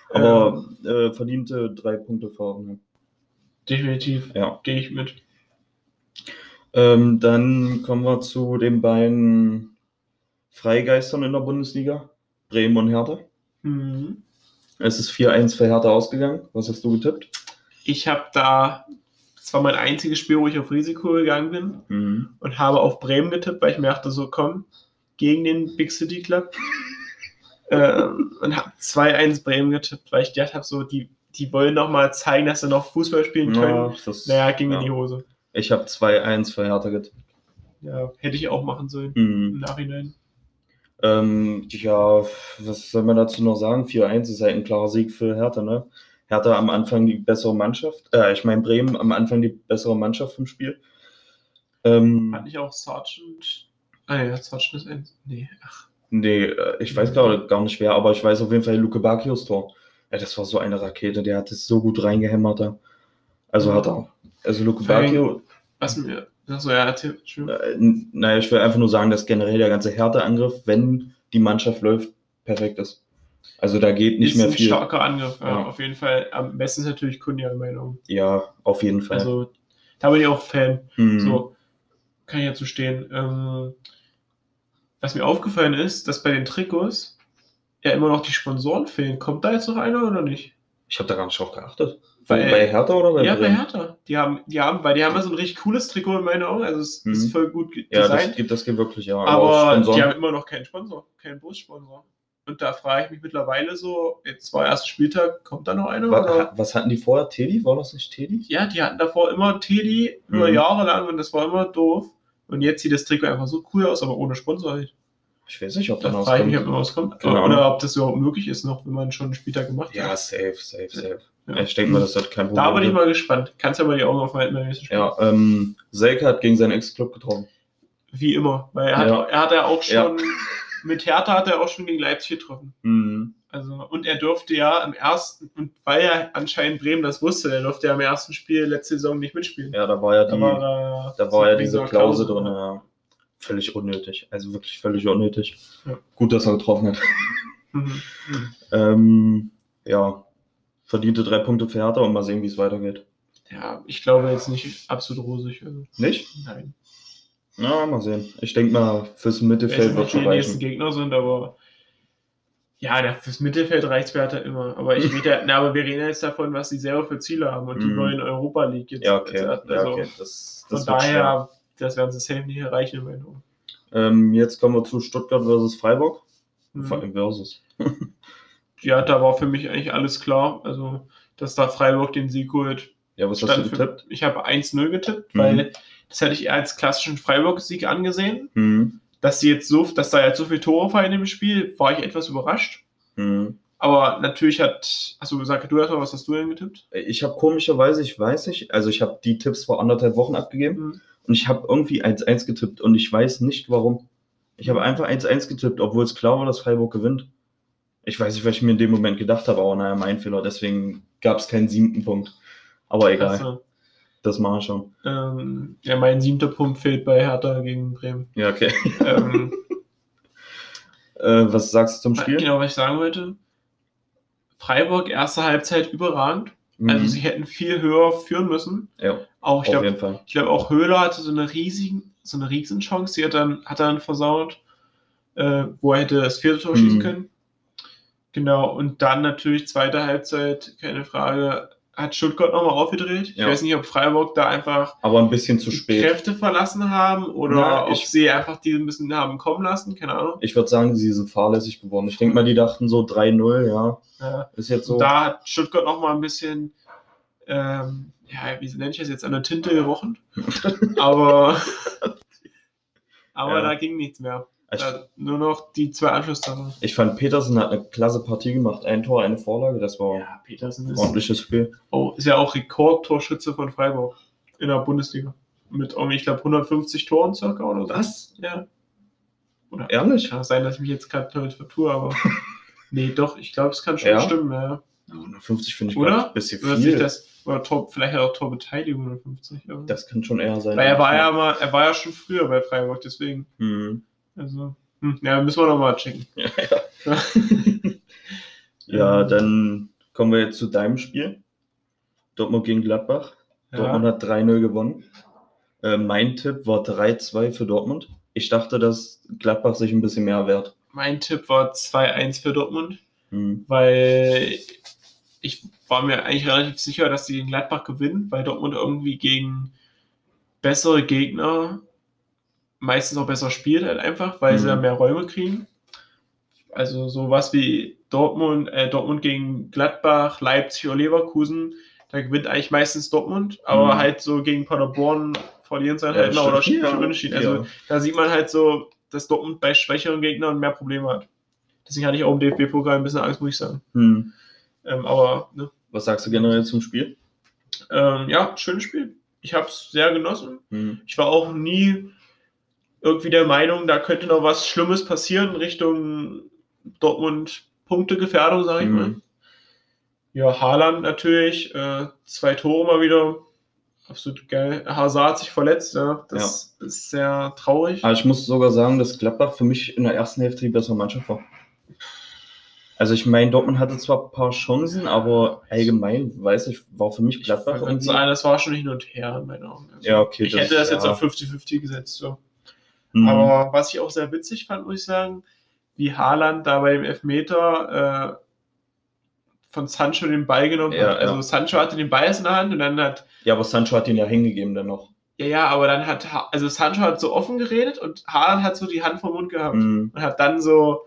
[SPEAKER 2] aber äh, verdiente drei Punkte für Hoffenheim.
[SPEAKER 1] definitiv
[SPEAKER 2] Ja.
[SPEAKER 1] gehe ich mit.
[SPEAKER 2] Ähm, dann kommen wir zu den beiden Freigeistern in der Bundesliga, Bremen und Hertha.
[SPEAKER 1] Mhm.
[SPEAKER 2] Es ist 4-1 für Hertha ausgegangen. Was hast du getippt?
[SPEAKER 1] Ich habe da, das war mein einziges Spiel, wo ich auf Risiko gegangen bin
[SPEAKER 2] Mhm.
[SPEAKER 1] und habe auf Bremen getippt, weil ich mir dachte, so komm, gegen den Big City Club. ähm, und habe 2-1 Bremen getippt, weil ich gedacht habe, so, die, die wollen nochmal zeigen, dass sie noch Fußball spielen können.
[SPEAKER 2] Ja, das,
[SPEAKER 1] Naja, ging
[SPEAKER 2] ja.
[SPEAKER 1] in die Hose.
[SPEAKER 2] Ich habe 2-1 für Hertha getippt.
[SPEAKER 1] Ja, hätte ich auch machen sollen. Im
[SPEAKER 2] Mhm.
[SPEAKER 1] Nachhinein.
[SPEAKER 2] Ähm, ja, was soll man dazu noch sagen? 4-1 ist halt ein klarer Sieg für Hertha, ne? Hertha am Anfang die bessere Mannschaft. Äh, ich meine Bremen am Anfang die bessere Mannschaft im Spiel. Ähm,
[SPEAKER 1] Hat nicht auch Sergeant. Ah ja, Sergeant ist ein. Nee, ach.
[SPEAKER 2] Nee, äh, ich weiß gerade gar nicht wer, aber ich weiß auf jeden Fall Luke Bakios Tor. Ja, das war so eine Rakete, der hat es so gut reingehämmert da. Also hat er. Also Luke
[SPEAKER 1] Vor allem-
[SPEAKER 2] Bakio,
[SPEAKER 1] Was mir Achso, ja, erzähl. Entschuldigung.
[SPEAKER 2] Äh, n- naja, ich will einfach nur sagen, dass generell der ganze Härteangriff, wenn die Mannschaft läuft, perfekt ist. Also da geht nicht
[SPEAKER 1] ist
[SPEAKER 2] mehr
[SPEAKER 1] ein
[SPEAKER 2] viel.
[SPEAKER 1] starker Angriff, ja,
[SPEAKER 2] Ja.
[SPEAKER 1] auf jeden Fall. Am besten ist natürlich Kunja in meinen Augen.
[SPEAKER 2] Ja, auf jeden Fall.
[SPEAKER 1] Also, da bin ich auch Fan.
[SPEAKER 2] Mhm.
[SPEAKER 1] So, kann ich dazu stehen. Ähm, was mir aufgefallen ist, dass bei den Trikots ja immer noch die Sponsoren fehlen. Kommt da jetzt noch einer oder nicht?
[SPEAKER 2] Ich habe da gar nicht drauf geachtet.
[SPEAKER 1] Bei-
[SPEAKER 2] Bei, bei Hertha oder bei
[SPEAKER 1] ja, bei
[SPEAKER 2] Bremen?
[SPEAKER 1] Hertha. Die haben, die haben, weil die haben ja so ein richtig cooles Trikot in meinen Augen. Also es
[SPEAKER 2] Mhm.
[SPEAKER 1] ist voll gut ge-
[SPEAKER 2] Ja, das
[SPEAKER 1] designt.
[SPEAKER 2] geht, das geht wirklich, ja.
[SPEAKER 1] aber
[SPEAKER 2] auf Sponsoren-
[SPEAKER 1] die haben immer noch keinen Sponsor, keinen Bussponsor. Und da frage ich mich mittlerweile so, jetzt war erster Spieltag, kommt da noch einer?
[SPEAKER 2] was,
[SPEAKER 1] oder?
[SPEAKER 2] was hatten die vorher? Teddy? War das nicht Teddy?
[SPEAKER 1] Ja, die hatten davor immer Teddy, über
[SPEAKER 2] Mhm.
[SPEAKER 1] Jahre lang und das war immer doof. Und jetzt sieht das Trikot einfach so cool aus, aber ohne Sponsor halt.
[SPEAKER 2] Ich weiß nicht, ob da
[SPEAKER 1] Da
[SPEAKER 2] noch was
[SPEAKER 1] frage ich mich, ob
[SPEAKER 2] kommt.
[SPEAKER 1] noch was kommt.
[SPEAKER 2] Genau.
[SPEAKER 1] Oder ob das überhaupt möglich ist noch, wenn man schon einen Spieltag gemacht
[SPEAKER 2] Ja,
[SPEAKER 1] hat.
[SPEAKER 2] safe, safe, safe.
[SPEAKER 1] Ja.
[SPEAKER 2] Ich denke mal, das hat kein Problem.
[SPEAKER 1] Da bin ich mal gespannt. Kannst ja mal die Augen aufhalten beim nächsten Spiel.
[SPEAKER 2] ja, ähm, Selke hat gegen seinen Ex-Club getroffen.
[SPEAKER 1] Wie immer. Weil er hat
[SPEAKER 2] Ja.
[SPEAKER 1] er hat ja auch
[SPEAKER 2] Ja.
[SPEAKER 1] schon, mit Hertha hat er auch schon gegen Leipzig getroffen.
[SPEAKER 2] Mhm.
[SPEAKER 1] Also, und er durfte ja am ersten, und weil ja anscheinend Bremen das wusste, er durfte ja am ersten Spiel letzte Saison nicht mitspielen.
[SPEAKER 2] Ja, da war ja die,
[SPEAKER 1] Da war,
[SPEAKER 2] da war ja diese
[SPEAKER 1] dieser
[SPEAKER 2] Klausel drin. Ja. Völlig unnötig. Also wirklich völlig unnötig.
[SPEAKER 1] Ja.
[SPEAKER 2] Gut, dass er getroffen hat.
[SPEAKER 1] Mhm. Mhm.
[SPEAKER 2] Ähm, ja, verdiente drei Punkte für Hertha und mal sehen, wie es weitergeht.
[SPEAKER 1] Ja, ich glaube jetzt nicht absolut rosig. Also,
[SPEAKER 2] Nicht?
[SPEAKER 1] nein.
[SPEAKER 2] Ja, mal sehen. Ich denke mal, fürs
[SPEAKER 1] Ich weiß
[SPEAKER 2] Mittelfeld
[SPEAKER 1] nicht,
[SPEAKER 2] wird
[SPEAKER 1] wie
[SPEAKER 2] schon
[SPEAKER 1] die nächsten
[SPEAKER 2] reichen.
[SPEAKER 1] Gegner sind, aber ja, der- fürs Mittelfeld reicht es Hertha immer. Aber ich rede, ja- na, aber wir reden ja jetzt davon, was die selber für Ziele haben und die
[SPEAKER 2] Mhm.
[SPEAKER 1] wollen Europa League jetzt.
[SPEAKER 2] Ja, okay.
[SPEAKER 1] jetzt-
[SPEAKER 2] ja,
[SPEAKER 1] Also,
[SPEAKER 2] okay. Das,
[SPEAKER 1] Von
[SPEAKER 2] das wird schwer.
[SPEAKER 1] daher, das werden sie safe nicht erreichen in meinen Augen.
[SPEAKER 2] Ähm, jetzt kommen wir zu Stuttgart versus Freiburg.
[SPEAKER 1] Mhm.
[SPEAKER 2] Ver- Versus.
[SPEAKER 1] Ja, da war für mich eigentlich alles klar. Also, dass da Freiburg den Sieg holt.
[SPEAKER 2] Ja, was hast
[SPEAKER 1] stand
[SPEAKER 2] du
[SPEAKER 1] für-
[SPEAKER 2] getippt?
[SPEAKER 1] Ich habe 1-0 getippt,
[SPEAKER 2] Mhm.
[SPEAKER 1] weil das hätte ich eher als klassischen Freiburg-Sieg angesehen.
[SPEAKER 2] Mhm.
[SPEAKER 1] Dass sie jetzt so, dass da jetzt so viele Tore fallen im Spiel, war ich etwas überrascht.
[SPEAKER 2] Mhm.
[SPEAKER 1] Aber natürlich hat, hast du gesagt, du erstmal, was hast du denn getippt?
[SPEAKER 2] Ich habe komischerweise, ich weiß nicht, also ich habe die Tipps vor anderthalb Wochen abgegeben
[SPEAKER 1] Mhm.
[SPEAKER 2] und ich habe irgendwie 1-1 getippt und ich weiß nicht warum. Ich habe einfach 1-1 getippt, obwohl es klar war, dass Freiburg gewinnt. Ich weiß nicht, was ich mir in dem Moment gedacht habe, aber naja, mein Fehler, deswegen gab es keinen siebten Punkt. Aber egal,
[SPEAKER 1] Also,
[SPEAKER 2] das machen wir schon.
[SPEAKER 1] ähm, ja, mein siebter Punkt fehlt bei Hertha gegen Bremen.
[SPEAKER 2] Ja, okay.
[SPEAKER 1] ähm,
[SPEAKER 2] Äh, was sagst du zum Spiel?
[SPEAKER 1] genau, was ich sagen wollte. Freiburg, erste Halbzeit überragend.
[SPEAKER 2] Mhm.
[SPEAKER 1] Also sie hätten viel höher führen müssen.
[SPEAKER 2] ja,
[SPEAKER 1] Auch ich
[SPEAKER 2] auf
[SPEAKER 1] glaube,
[SPEAKER 2] jeden Fall.
[SPEAKER 1] ich glaube auch Höhler hatte so eine riesigen, so eine riesen Chance, die hat dann, hat er dann versaut, äh, wo er hätte das vierte Tor schießen
[SPEAKER 2] Mhm.
[SPEAKER 1] können. Genau, und dann natürlich zweite Halbzeit, keine Frage, hat Stuttgart nochmal aufgedreht. Ich
[SPEAKER 2] Ja.
[SPEAKER 1] weiß nicht, ob Freiburg da einfach
[SPEAKER 2] Aber ein bisschen zu
[SPEAKER 1] die
[SPEAKER 2] spät.
[SPEAKER 1] Kräfte verlassen haben oder
[SPEAKER 2] Na,
[SPEAKER 1] ob
[SPEAKER 2] ich-
[SPEAKER 1] sie einfach die ein bisschen haben kommen lassen, keine Ahnung.
[SPEAKER 2] Ich würde sagen, sie sind fahrlässig geworden. Ich denke mal, die dachten so 3-0, ja,
[SPEAKER 1] Ja.
[SPEAKER 2] ist jetzt so.
[SPEAKER 1] Und da hat Stuttgart nochmal ein bisschen, ähm, ja, wie nenne ich das jetzt, an der Tinte gerochen. aber aber
[SPEAKER 2] Ja. Also
[SPEAKER 1] da ging nichts mehr.
[SPEAKER 2] ich,
[SPEAKER 1] Da, nur noch die zwei Anschlusstore.
[SPEAKER 2] Ich fand, Petersen hat eine klasse Partie gemacht. Ein Tor, eine Vorlage, das war
[SPEAKER 1] Ja, Petersen
[SPEAKER 2] ein
[SPEAKER 1] ist,
[SPEAKER 2] ordentliches Spiel.
[SPEAKER 1] oh, ist ja auch Rekordtorschütze von Freiburg in der Bundesliga. Mit, irgendwie, ich glaube, 150 Toren circa oder so.
[SPEAKER 2] Was?
[SPEAKER 1] Ja.
[SPEAKER 2] Ehrlich?
[SPEAKER 1] Kann auch sein, dass ich mich jetzt gerade damit vertue, aber. nee, doch, ich glaube, es kann schon
[SPEAKER 2] Ja?
[SPEAKER 1] stimmen, ja.
[SPEAKER 2] 150 finde ich
[SPEAKER 1] Oder?
[SPEAKER 2] grad ein bisschen
[SPEAKER 1] Oder, sich
[SPEAKER 2] viel. Das,
[SPEAKER 1] das, oder Tor, vielleicht hat er auch Torbeteiligung 150. aber-
[SPEAKER 2] kann schon eher sein.
[SPEAKER 1] Weil er war ja mal, er war ja schon früher bei Freiburg, deswegen.
[SPEAKER 2] Hm.
[SPEAKER 1] Also, hm, ja, müssen wir nochmal checken.
[SPEAKER 2] Ja,
[SPEAKER 1] Ähm.
[SPEAKER 2] dann kommen wir jetzt zu deinem Spiel. Dortmund gegen Gladbach. Dortmund
[SPEAKER 1] Ja.
[SPEAKER 2] hat 3-0 gewonnen. Äh, mein Tipp war 3-2 für Dortmund. Ich dachte, dass Gladbach sich ein bisschen mehr wehrt.
[SPEAKER 1] Mein Tipp war 2-1 für Dortmund.
[SPEAKER 2] Hm.
[SPEAKER 1] weil ich war mir eigentlich relativ sicher, dass die gegen Gladbach gewinnen, weil Dortmund irgendwie gegen bessere Gegner meistens auch besser spielt halt einfach, weil sie
[SPEAKER 2] Mhm.
[SPEAKER 1] da mehr Räume kriegen. Also sowas wie Dortmund, äh, Dortmund gegen Gladbach, Leipzig oder Leverkusen, da gewinnt eigentlich meistens Dortmund, aber
[SPEAKER 2] Mhm.
[SPEAKER 1] halt so gegen Paderborn verlieren sie dann halt immer
[SPEAKER 2] stimmt.
[SPEAKER 1] oder spielen
[SPEAKER 2] Ja.
[SPEAKER 1] unentschieden. Also
[SPEAKER 2] Ja.
[SPEAKER 1] da sieht man halt so, dass Dortmund bei schwächeren Gegnern mehr Probleme hat. Deswegen hatte ich auch im DFB-Pokal ein bisschen Angst, muss ich sagen.
[SPEAKER 2] Hm.
[SPEAKER 1] Ähm, aber ne,
[SPEAKER 2] Was sagst du generell zum Spiel?
[SPEAKER 1] ähm, ja, schönes Spiel. Ich habe es sehr genossen.
[SPEAKER 2] Hm.
[SPEAKER 1] Ich war auch nie irgendwie der Meinung, da könnte noch was Schlimmes passieren in Richtung Dortmund-Punktegefährdung, sage ich
[SPEAKER 2] Mhm.
[SPEAKER 1] mal. Ja, Haaland natürlich, äh, zwei Tore mal wieder. absolut geil. Hazard hat sich verletzt, ja. Das ist sehr traurig.
[SPEAKER 2] Aber Ah, ich muss sogar sagen, dass Gladbach für mich in der ersten Hälfte die bessere Mannschaft war. Also ich meine, Dortmund hatte zwar ein paar Chancen, aber allgemein, weiß ich, war für mich Gladbach
[SPEAKER 1] Kann
[SPEAKER 2] irgendwie...
[SPEAKER 1] sein, das war schon hin und her in meinen Augen. Also
[SPEAKER 2] Ja, okay.
[SPEAKER 1] ich hätte das jetzt
[SPEAKER 2] ja.
[SPEAKER 1] auf 50-50 gesetzt. So.
[SPEAKER 2] Mhm.
[SPEAKER 1] Aber was ich auch sehr witzig fand, muss ich sagen, wie Haaland da bei dem Elfmeter äh, von Sancho den Ball genommen
[SPEAKER 2] Ja,
[SPEAKER 1] hat. Also
[SPEAKER 2] ja.
[SPEAKER 1] Sancho hatte den Ball jetzt in der Hand und dann hat,
[SPEAKER 2] Ja, aber Sancho hat ihn ja hingegeben dann noch.
[SPEAKER 1] ja, ja, aber dann hat, Ha- also Sancho hat so offen geredet und Haaland hat so die Hand vom Mund gehabt
[SPEAKER 2] Mhm.
[SPEAKER 1] und hat dann so,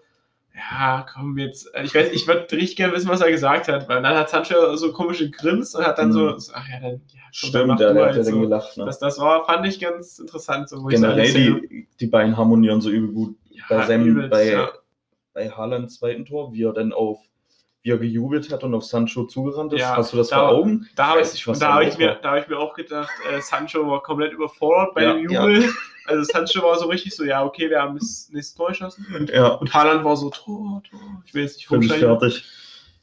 [SPEAKER 1] ja, komm jetzt, ich weiß, ich würde richtig gerne wissen, was er gesagt hat, weil dann hat Sancho so komische Grins und hat dann so,
[SPEAKER 2] Mhm.
[SPEAKER 1] so, ach ja, dann, ja, komm, dann mach
[SPEAKER 2] Stimmt, der,
[SPEAKER 1] du
[SPEAKER 2] der hat
[SPEAKER 1] halt
[SPEAKER 2] ja dann
[SPEAKER 1] so.
[SPEAKER 2] gelacht. Ne?
[SPEAKER 1] Das, das war, fand ich ganz interessant. So, wo ich
[SPEAKER 2] Generell,
[SPEAKER 1] so ein bisschen-
[SPEAKER 2] die, die beiden harmonieren so übel gut.
[SPEAKER 1] ja,
[SPEAKER 2] bei seinem,
[SPEAKER 1] übelst,
[SPEAKER 2] bei,
[SPEAKER 1] ja.
[SPEAKER 2] bei Haalands zweiten Tor, wie er dann auf, wie er gejubelt hat und auf Sancho zugerannt ist.
[SPEAKER 1] Ja,
[SPEAKER 2] Hast du das
[SPEAKER 1] da-
[SPEAKER 2] vor Augen?
[SPEAKER 1] Da habe
[SPEAKER 2] weiß
[SPEAKER 1] ich,
[SPEAKER 2] nicht, was
[SPEAKER 1] da
[SPEAKER 2] da
[SPEAKER 1] hab
[SPEAKER 2] los
[SPEAKER 1] ich, mir-
[SPEAKER 2] war.
[SPEAKER 1] da hab ich mir auch gedacht, äh, Sancho war komplett überfordert bei
[SPEAKER 2] Ja,
[SPEAKER 1] dem Jubel. Also Sancho war so richtig so, ja, okay, wir haben das nächste Tor geschossen.
[SPEAKER 2] Ja,
[SPEAKER 1] Und Haaland war so, Tor, Tor, ich will jetzt nicht
[SPEAKER 2] bin ich
[SPEAKER 1] rumsteigen.
[SPEAKER 2] fertig.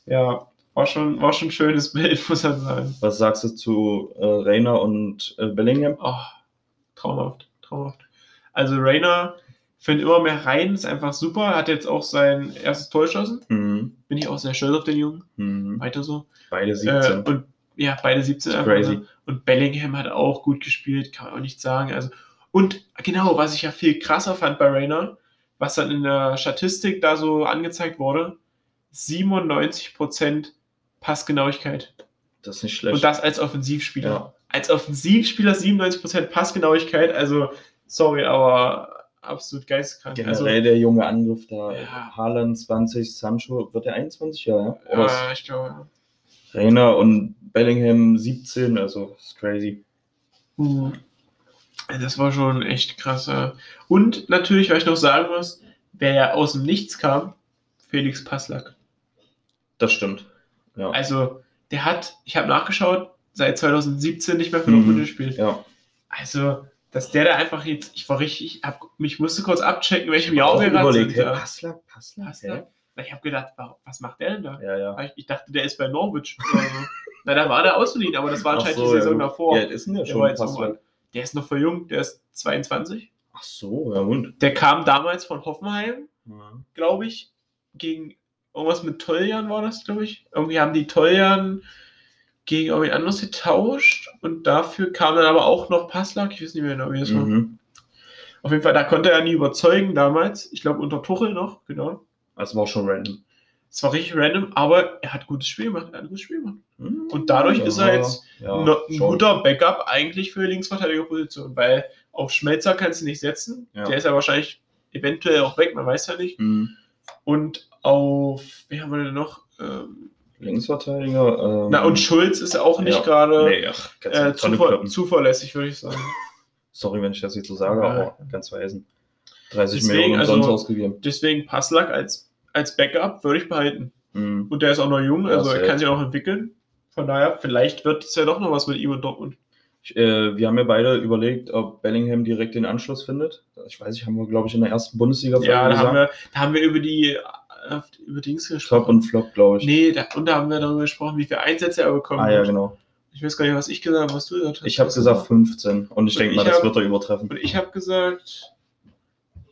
[SPEAKER 1] Ja, war schon, war schon ein schönes Bild, muss man sagen.
[SPEAKER 2] Was sagst du zu äh, Reiner und äh, Bellingham?
[SPEAKER 1] Oh, traumhaft, traumhaft. Also Rainer findet immer mehr rein, ist einfach super, hat jetzt auch sein erstes Tor geschossen.
[SPEAKER 2] Mhm.
[SPEAKER 1] Bin ich auch sehr stolz auf den Jungen.
[SPEAKER 2] Mhm.
[SPEAKER 1] Weiter so.
[SPEAKER 2] Beide 17.
[SPEAKER 1] Äh, und ja, beide 17
[SPEAKER 2] Ist
[SPEAKER 1] einfach,
[SPEAKER 2] crazy.
[SPEAKER 1] ne? Und Bellingham hat auch gut gespielt, kann man auch nicht sagen. Also, und genau, was ich ja viel krasser fand bei Rainer, was dann in der Statistik da so angezeigt wurde, 97% Passgenauigkeit.
[SPEAKER 2] das ist nicht schlecht.
[SPEAKER 1] Und das als Offensivspieler.
[SPEAKER 2] Ja.
[SPEAKER 1] Als Offensivspieler 97% Passgenauigkeit, also sorry, aber absolut geisteskrank. Also,
[SPEAKER 2] Generell der junge Angriff da.
[SPEAKER 1] Ja.
[SPEAKER 2] Haaland 20, Sancho, wird der 21 Jahre? Ja? Oder
[SPEAKER 1] äh, ich glaube, ja.
[SPEAKER 2] ist Reiner und Bellingham 17, also ist crazy.
[SPEAKER 1] Mhm. Das war schon echt krass. ja. Und natürlich, was ich noch sagen muss, wer ja aus dem Nichts kam, Felix Passlack.
[SPEAKER 2] Das stimmt. Ja.
[SPEAKER 1] Also, der hat, ich habe nachgeschaut, seit 2017 nicht mehr für
[SPEAKER 2] Mhm.
[SPEAKER 1] Dortmund gespielt.
[SPEAKER 2] ja.
[SPEAKER 1] Also, dass der da einfach jetzt, ich war richtig, ich hab, mich musste kurz abchecken, in welchem Jahr
[SPEAKER 2] Auch
[SPEAKER 1] wir gerade
[SPEAKER 2] überlegt,
[SPEAKER 1] sind.
[SPEAKER 2] hey,
[SPEAKER 1] Ja.
[SPEAKER 2] Passlack, Passlack,
[SPEAKER 1] Passlack? Ich habe gedacht, wa- was macht der denn da?
[SPEAKER 2] hä? Ja, ja.
[SPEAKER 1] Weil Ich, ich dachte, der ist bei Norwich. oder so. Na, da war der ausgeliehen, aber das war
[SPEAKER 2] Ach
[SPEAKER 1] anscheinend
[SPEAKER 2] so,
[SPEAKER 1] die Saison
[SPEAKER 2] ja, gut.
[SPEAKER 1] davor.
[SPEAKER 2] Ja, ist denn der
[SPEAKER 1] Der
[SPEAKER 2] schon
[SPEAKER 1] war jetzt
[SPEAKER 2] fast
[SPEAKER 1] irgendwann-
[SPEAKER 2] weg.
[SPEAKER 1] Der ist noch voll jung, der ist 22.
[SPEAKER 2] Ach so, ja und?
[SPEAKER 1] Der kam damals von Hoffenheim, glaube ich, gegen irgendwas mit Toljan war das, glaube ich. Irgendwie haben die Toljan gegen irgendwie anderes getauscht und dafür kam dann aber auch noch Passlack, ich weiß nicht mehr genau, wie das war.
[SPEAKER 2] Mhm.
[SPEAKER 1] Auf jeden Fall, da konnte er nie überzeugen damals. Ich glaube, unter Tuchel noch, genau.
[SPEAKER 2] Das war schon random.
[SPEAKER 1] Es war richtig random, aber er hat gutes Spiel gemacht. Er hat ein gutes Spiel gemacht.
[SPEAKER 2] Mhm.
[SPEAKER 1] Und dadurch ist er jetzt
[SPEAKER 2] ja,
[SPEAKER 1] No- ein
[SPEAKER 2] schon.
[SPEAKER 1] guter Backup eigentlich für die Linksverteidigerposition, weil auf Schmelzer kannst du nicht setzen.
[SPEAKER 2] Ja.
[SPEAKER 1] Der ist ja wahrscheinlich eventuell auch weg, man weiß ja nicht.
[SPEAKER 2] Mhm.
[SPEAKER 1] Und auf, wer haben wir denn noch? Ähm,
[SPEAKER 2] Linksverteidiger. Ähm,
[SPEAKER 1] na, und Schulz ist auch nicht
[SPEAKER 2] ja.
[SPEAKER 1] gerade
[SPEAKER 2] Nee, ach, kannst du
[SPEAKER 1] äh,
[SPEAKER 2] mit Tonne
[SPEAKER 1] zuver
[SPEAKER 2] kloppen.
[SPEAKER 1] zuverlässig, würde ich sagen.
[SPEAKER 2] Sorry, wenn ich das jetzt so sage,
[SPEAKER 1] Ja.
[SPEAKER 2] aber ganz vergessen. 30
[SPEAKER 1] Deswegen,
[SPEAKER 2] Millionen
[SPEAKER 1] also-
[SPEAKER 2] sonst ausgegeben.
[SPEAKER 1] Deswegen Passlack als, als Backup würde ich behalten.
[SPEAKER 2] Mhm.
[SPEAKER 1] Und der ist auch noch jung,
[SPEAKER 2] Ja,
[SPEAKER 1] also er
[SPEAKER 2] safe.
[SPEAKER 1] kann sich auch noch entwickeln. Von daher, vielleicht wird es ja doch noch was mit ihm und Dortmund.
[SPEAKER 2] Ich, äh, wir haben ja beide überlegt, ob Bellingham direkt den Anschluss findet. Ich weiß nicht, haben wir, glaube ich, in der ersten Bundesliga
[SPEAKER 1] Ja, da haben, wir, da haben wir über die äh, über Dings
[SPEAKER 2] Top
[SPEAKER 1] gesprochen.
[SPEAKER 2] und Flop, glaube ich.
[SPEAKER 1] Nee, da, und da haben wir darüber gesprochen, wie viele Einsätze er bekommen
[SPEAKER 2] ah ja,
[SPEAKER 1] hat.
[SPEAKER 2] genau.
[SPEAKER 1] Ich weiß gar nicht, was ich gesagt habe, was du gesagt hast.
[SPEAKER 2] Ich habe gesagt 15 und ich
[SPEAKER 1] Und
[SPEAKER 2] denke
[SPEAKER 1] ich
[SPEAKER 2] mal, das
[SPEAKER 1] hab-
[SPEAKER 2] wird er übertreffen.
[SPEAKER 1] Und ich habe gesagt,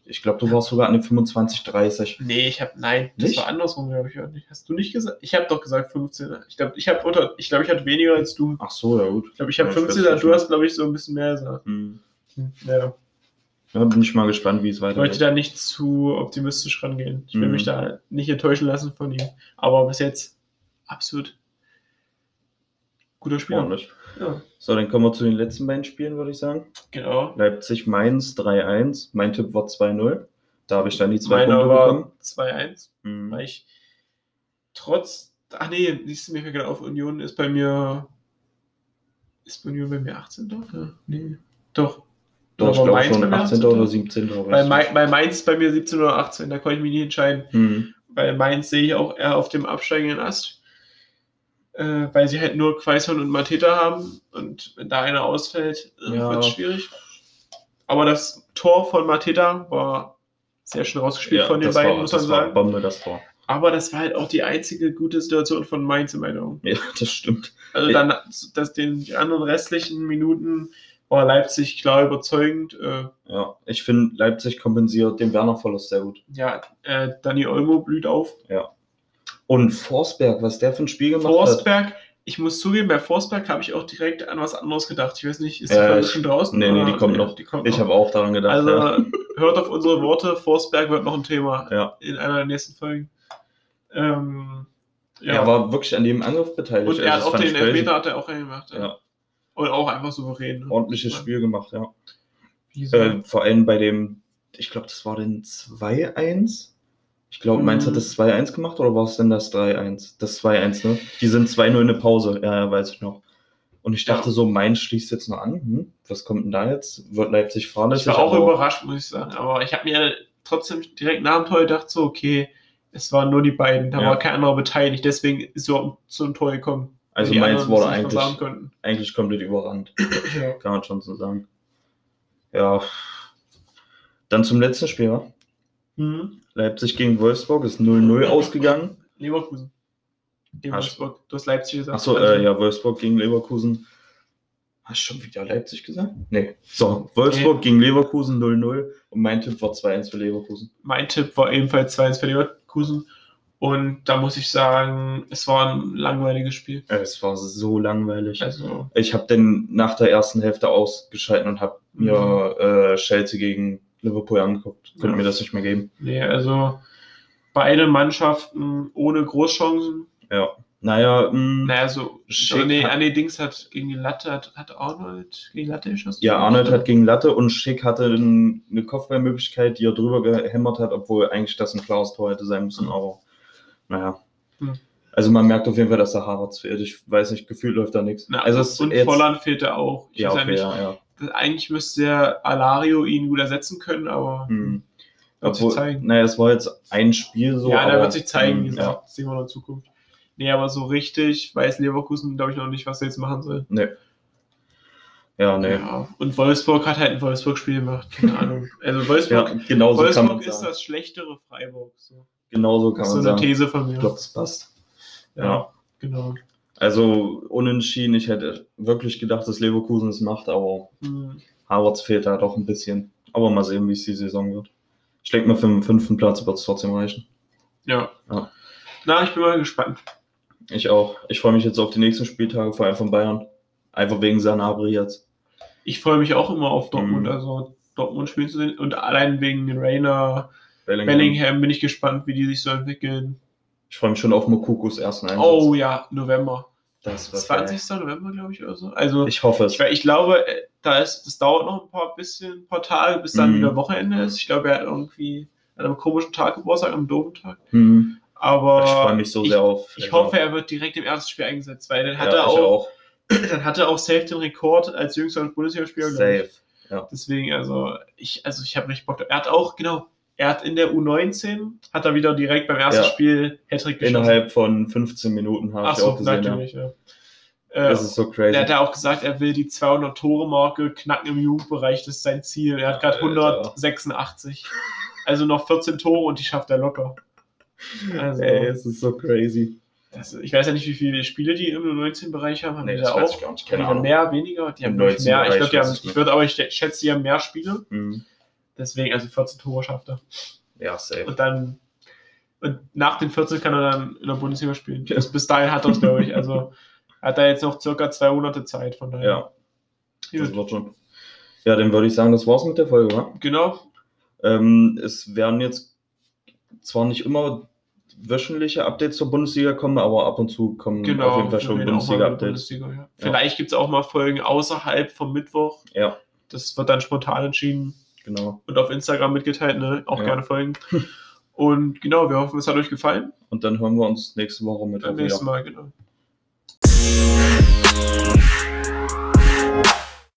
[SPEAKER 2] Ich glaube, du warst sogar an den 25, 30.
[SPEAKER 1] Nee, ich habe nein, das
[SPEAKER 2] Nicht?
[SPEAKER 1] war andersrum, glaube ich. oder nicht? Hast du nicht gesagt? Ich habe doch gesagt 15. Ich glaube, ich habe unter ich glaube, ich hatte weniger als du.
[SPEAKER 2] Ach so, ja gut.
[SPEAKER 1] Ich glaube, ich habe
[SPEAKER 2] Ja, ich
[SPEAKER 1] 15,
[SPEAKER 2] weiß
[SPEAKER 1] und du
[SPEAKER 2] nicht.
[SPEAKER 1] hast glaube ich so ein bisschen mehr gesagt.
[SPEAKER 2] Hm.
[SPEAKER 1] Ja.
[SPEAKER 2] Ja, bin ich mal gespannt, wie es
[SPEAKER 1] Ich wollte
[SPEAKER 2] weitergeht.
[SPEAKER 1] da nicht zu optimistisch rangehen. Ich will
[SPEAKER 2] Mhm.
[SPEAKER 1] mich da nicht enttäuschen lassen von ihm, aber bis jetzt absolut guter Spieler.
[SPEAKER 2] Ordentlich.
[SPEAKER 1] Ja,
[SPEAKER 2] So, dann kommen wir zu den letzten beiden Spielen, würde ich sagen.
[SPEAKER 1] genau.
[SPEAKER 2] Leipzig-Mainz 3-1. Mein Tipp war 2-0. Da habe ich dann die zwei
[SPEAKER 1] Meiner
[SPEAKER 2] Punkte
[SPEAKER 1] war Hm.
[SPEAKER 2] bekommen.
[SPEAKER 1] 2-1,
[SPEAKER 2] Mhm.
[SPEAKER 1] weil ich trotz Ach nee, siehst du mir gerade auf Union ist bei mir ist Union bei mir 18 doch? Ja. Nee, doch.
[SPEAKER 2] Doch, ich
[SPEAKER 1] Aber
[SPEAKER 2] glaube
[SPEAKER 1] Mainz bei
[SPEAKER 2] schon
[SPEAKER 1] mir
[SPEAKER 2] 18. oder 17.
[SPEAKER 1] Bei,
[SPEAKER 2] weiß
[SPEAKER 1] Mai- bei Mainz bei mir 17 oder 18, da konnte ich mich nicht entscheiden.
[SPEAKER 2] ich nicht. Mhm.
[SPEAKER 1] Weil Mainz sehe ich auch eher auf dem absteigenden Ast. Äh, weil sie halt nur Quaison und Mateta haben. Und wenn da einer ausfällt, äh,
[SPEAKER 2] Ja.
[SPEAKER 1] wird es schwierig. Aber das Tor von Mateta war sehr schnell rausgespielt
[SPEAKER 2] Ja,
[SPEAKER 1] von den
[SPEAKER 2] das
[SPEAKER 1] beiden,
[SPEAKER 2] war,
[SPEAKER 1] muss man
[SPEAKER 2] das war
[SPEAKER 1] sagen.
[SPEAKER 2] Bombe, das Tor.
[SPEAKER 1] Aber das war halt auch die einzige gute Situation von Mainz in meinen Augen.
[SPEAKER 2] Ja, das stimmt.
[SPEAKER 1] Also dann, dass den die anderen restlichen Minuten war Leipzig klar überzeugend. Äh,
[SPEAKER 2] Ja, ich finde, Leipzig kompensiert den Werner-Verlust sehr gut.
[SPEAKER 1] ja, äh, Dani Olmo blüht auf.
[SPEAKER 2] Und Forsberg, was der für ein Spiel gemacht hat.
[SPEAKER 1] Forsberg, ich muss zugeben, bei Forsberg habe ich auch direkt an was anderes gedacht. Ich weiß nicht, ist die
[SPEAKER 2] Ja,
[SPEAKER 1] Folge
[SPEAKER 2] ich-
[SPEAKER 1] schon draußen?
[SPEAKER 2] Nee, nee,
[SPEAKER 1] oder-
[SPEAKER 2] die kommt noch.
[SPEAKER 1] Die kommt
[SPEAKER 2] Ich
[SPEAKER 1] noch.
[SPEAKER 2] habe auch daran gedacht.
[SPEAKER 1] Also
[SPEAKER 2] ja.
[SPEAKER 1] hört auf unsere Worte, Forsberg wird noch ein Thema
[SPEAKER 2] Ja.
[SPEAKER 1] in einer der nächsten Folgen. Ähm, ja.
[SPEAKER 2] Er war wirklich an dem Angriff beteiligt.
[SPEAKER 1] und er hat
[SPEAKER 2] Also, das
[SPEAKER 1] auch
[SPEAKER 2] fand
[SPEAKER 1] den
[SPEAKER 2] ich crazy.
[SPEAKER 1] Elfmeter hat er auch reingemacht.
[SPEAKER 2] Ja.
[SPEAKER 1] Und auch einfach souverän. ne?
[SPEAKER 2] Ordentliches Spiel gemacht, ja.
[SPEAKER 1] Wie so.
[SPEAKER 2] Äh, vor allem bei dem, ich glaube, das war den 2-1. Ich glaube, Mainz
[SPEAKER 1] Mhm.
[SPEAKER 2] hat das 2-1 gemacht oder war es denn das 3-1? Das 2-1, ne? Die sind 2-0 in der Pause, ja, ja, weiß ich noch. Und ich dachte
[SPEAKER 1] Ja.
[SPEAKER 2] so, Mainz schließt jetzt noch an. Hm, was kommt denn da jetzt? Wird Leipzig fahrlässig? also
[SPEAKER 1] ich war auch
[SPEAKER 2] aber-
[SPEAKER 1] überrascht, muss ich sagen. Aber ich habe mir trotzdem direkt nach dem Tor gedacht, so, okay, es waren nur die beiden, da
[SPEAKER 2] Ja.
[SPEAKER 1] war kein anderer beteiligt, deswegen ist so zum Tor gekommen.
[SPEAKER 2] Also
[SPEAKER 1] Die
[SPEAKER 2] Mainz
[SPEAKER 1] anderen es
[SPEAKER 2] wurde
[SPEAKER 1] nicht versagen
[SPEAKER 2] eigentlich,
[SPEAKER 1] konnten.
[SPEAKER 2] eigentlich komplett überrannt,
[SPEAKER 1] Ja.
[SPEAKER 2] kann man schon so sagen. Ja. Dann zum letzten Spiel, wa?
[SPEAKER 1] Mhm.
[SPEAKER 2] Leipzig gegen Wolfsburg ist 0-0 ausgegangen.
[SPEAKER 1] Leverkusen. Gegen
[SPEAKER 2] Hast-
[SPEAKER 1] Wolfsburg. Du hast Leipzig gesagt. Also
[SPEAKER 2] Achso, äh, ja, Wolfsburg gegen Leverkusen. Hast du schon wieder Leipzig gesagt? Nee. So, Wolfsburg gegen Leverkusen 0-0. Und mein Tipp war 2-1 für Leverkusen.
[SPEAKER 1] Mein Tipp war ebenfalls 2-1 für Leverkusen. Und da muss ich sagen, es war ein langweiliges Spiel.
[SPEAKER 2] Äh, Es war so langweilig.
[SPEAKER 1] Also,
[SPEAKER 2] Ich habe dann nach der ersten Hälfte ausgeschalten und habe mir äh, Chelsea gegen Liverpool angeguckt. Konnte
[SPEAKER 1] Ja.
[SPEAKER 2] mir das nicht mehr geben.
[SPEAKER 1] nee, also beide Mannschaften ohne Großchancen.
[SPEAKER 2] Naja, mm, mh,
[SPEAKER 1] Naja, so.
[SPEAKER 2] Schick
[SPEAKER 1] oh, nee,
[SPEAKER 2] Mhm. hat-
[SPEAKER 1] ah, nee, Dings hat gegen die Latte, hat, hat Arnold gegen die Latte geschossen?
[SPEAKER 2] ja, Arnold hat gegen Latte und Schick hatte n- eine Kopfballmöglichkeit, die er drüber gehämmert hat, obwohl eigentlich das ein klares Tor hätte sein müssen, aber naja.
[SPEAKER 1] Hm.
[SPEAKER 2] Also man merkt auf jeden Fall, dass der Harvards fehlt. Ich weiß nicht, gefühlt läuft da nichts.
[SPEAKER 1] Na,
[SPEAKER 2] also es
[SPEAKER 1] und
[SPEAKER 2] jetzt,
[SPEAKER 1] Volland fehlte auch. Ich
[SPEAKER 2] ja,
[SPEAKER 1] weiß ja
[SPEAKER 2] okay,
[SPEAKER 1] nicht,
[SPEAKER 2] ja, ja.
[SPEAKER 1] Eigentlich müsste der Alario ihn gut ersetzen können, aber
[SPEAKER 2] Hm.
[SPEAKER 1] wird sich
[SPEAKER 2] Obwohl,
[SPEAKER 1] zeigen.
[SPEAKER 2] Naja, es war jetzt ein Spiel so.
[SPEAKER 1] ja, der
[SPEAKER 2] aber-
[SPEAKER 1] wird sich zeigen, wie
[SPEAKER 2] Hm, ja.
[SPEAKER 1] gesagt. Das sehen wir noch in Zukunft. Nee, aber so richtig weiß Leverkusen, glaube ich, noch nicht, was sie jetzt machen sollen.
[SPEAKER 2] ja, nee. Ja,
[SPEAKER 1] Ja, und Wolfsburg hat halt ein Wolfsburg-Spiel gemacht. Keine Ahnung. Also Wolfsburg,
[SPEAKER 2] genau so kann man
[SPEAKER 1] Wolfsburg ist
[SPEAKER 2] sagen.
[SPEAKER 1] das schlechtere Freiburg. So.
[SPEAKER 2] Genau so kann
[SPEAKER 1] Das ist so
[SPEAKER 2] man
[SPEAKER 1] eine
[SPEAKER 2] sagen.
[SPEAKER 1] These von mir.
[SPEAKER 2] Ich glaube, das passt.
[SPEAKER 1] ja,
[SPEAKER 2] ja.
[SPEAKER 1] genau.
[SPEAKER 2] Also unentschieden. Ich hätte wirklich gedacht, dass Leverkusen es macht, aber
[SPEAKER 1] Hm.
[SPEAKER 2] Harvards fehlt da doch ein bisschen. Aber mal sehen, wie es die Saison wird. Ich denke mal, für den fünften Platz wird es trotzdem reichen.
[SPEAKER 1] Ja.
[SPEAKER 2] Ja.
[SPEAKER 1] Na, ich bin mal gespannt.
[SPEAKER 2] Ich auch. Ich freue mich jetzt auf die nächsten Spieltage, vor allem von Bayern. Einfach wegen Sanabri jetzt.
[SPEAKER 1] Ich freue mich auch immer auf Dortmund,
[SPEAKER 2] Mhm.
[SPEAKER 1] also Dortmund spielen zu sehen. Und allein wegen Rainer,
[SPEAKER 2] Bellingham.
[SPEAKER 1] Bellingham bin ich gespannt, wie die sich so entwickeln.
[SPEAKER 2] Ich freue mich schon auf Mokukus ersten Einsatz.
[SPEAKER 1] Oh ja, November.
[SPEAKER 2] das wird
[SPEAKER 1] 20. November, glaube ich, oder so. Also
[SPEAKER 2] geil. Ich hoffe es.
[SPEAKER 1] Ich, we- ich glaube, äh, da ist, das dauert noch ein paar bisschen, ein paar Tage, bis dann
[SPEAKER 2] Mhm.
[SPEAKER 1] wieder Wochenende ist. Ich glaube, er hat irgendwie an einem komischen Tag Geburtstag, am Domtag.
[SPEAKER 2] Hm.
[SPEAKER 1] Aber
[SPEAKER 2] Ich freue mich so
[SPEAKER 1] Oh, ich,
[SPEAKER 2] sehr auf. genau.
[SPEAKER 1] Ich hoffe, er wird direkt im ersten Spiel eingesetzt, weil dann
[SPEAKER 2] ja,
[SPEAKER 1] hat
[SPEAKER 2] ich
[SPEAKER 1] er auch, dann hat er auch safe den Rekord als jüngster Bundesligaspieler. glaube genau. ich.
[SPEAKER 2] Safe.
[SPEAKER 1] Deswegen, also ich, also ich habe richtig Bock. drauf. Er hat auch genau, er hat in der U19 hat er wieder direkt beim ersten
[SPEAKER 2] Ja.
[SPEAKER 1] Spiel Hattrick geschossen.
[SPEAKER 2] Innerhalb von 15 Minuten habe
[SPEAKER 1] Ach
[SPEAKER 2] ich
[SPEAKER 1] so,
[SPEAKER 2] auch gesehen. Ja.
[SPEAKER 1] natürlich. Ja. Äh,
[SPEAKER 2] Das ist so crazy.
[SPEAKER 1] Er hat ja auch gesagt, er will die 200-Tore-Marke knacken im Jugendbereich, das ist sein Ziel. Er hat gerade
[SPEAKER 2] Alter.
[SPEAKER 1] 186. Also noch 14 Tore und die schafft er locker. Also,
[SPEAKER 2] Ey, es ist so crazy.
[SPEAKER 1] das, ich weiß ja nicht, wie viele Spiele die im 19-Bereich haben. Haben die da auch?
[SPEAKER 2] gar nicht. genau.
[SPEAKER 1] Haben die da mehr, weniger? Die haben
[SPEAKER 2] Im
[SPEAKER 1] glaub ich, mehr. Ich
[SPEAKER 2] 19-Bereich
[SPEAKER 1] glaube, die haben,
[SPEAKER 2] weiß ich
[SPEAKER 1] ich würde aber, ich schätze, die haben mehr Spiele.
[SPEAKER 2] Hm.
[SPEAKER 1] Deswegen, also 14 Tore schafft er.
[SPEAKER 2] Ja, safe.
[SPEAKER 1] Und dann, und nach den 14 kann er dann in der Bundesliga spielen. Bis, bis dahin hat er es, glaube ich. Also hat er jetzt noch circa zwei Monate Zeit. Von daher.
[SPEAKER 2] Ja, das
[SPEAKER 1] Gut.
[SPEAKER 2] wird schon. Ja, dann würde ich sagen, das war's mit der Folge. Wa?
[SPEAKER 1] Genau,
[SPEAKER 2] Ähm, es werden jetzt zwar nicht immer wöchentliche Updates zur Bundesliga kommen, aber ab und zu kommen
[SPEAKER 1] Genau,
[SPEAKER 2] auf jeden Fall
[SPEAKER 1] wir
[SPEAKER 2] schon
[SPEAKER 1] reden auch mal über
[SPEAKER 2] Bundesliga-Updates.
[SPEAKER 1] Bundesliga, ja. Vielleicht gibt es auch mal Folgen außerhalb vom Mittwoch.
[SPEAKER 2] Ja.
[SPEAKER 1] Das wird dann spontan entschieden
[SPEAKER 2] Genau.
[SPEAKER 1] und auf Instagram mitgeteilt, ne? Auch
[SPEAKER 2] Ja.
[SPEAKER 1] gerne folgen. Und genau, wir hoffen, es hat euch gefallen.
[SPEAKER 2] Und dann hören wir uns nächste Woche mit
[SPEAKER 1] Beim nächsten Mal, genau.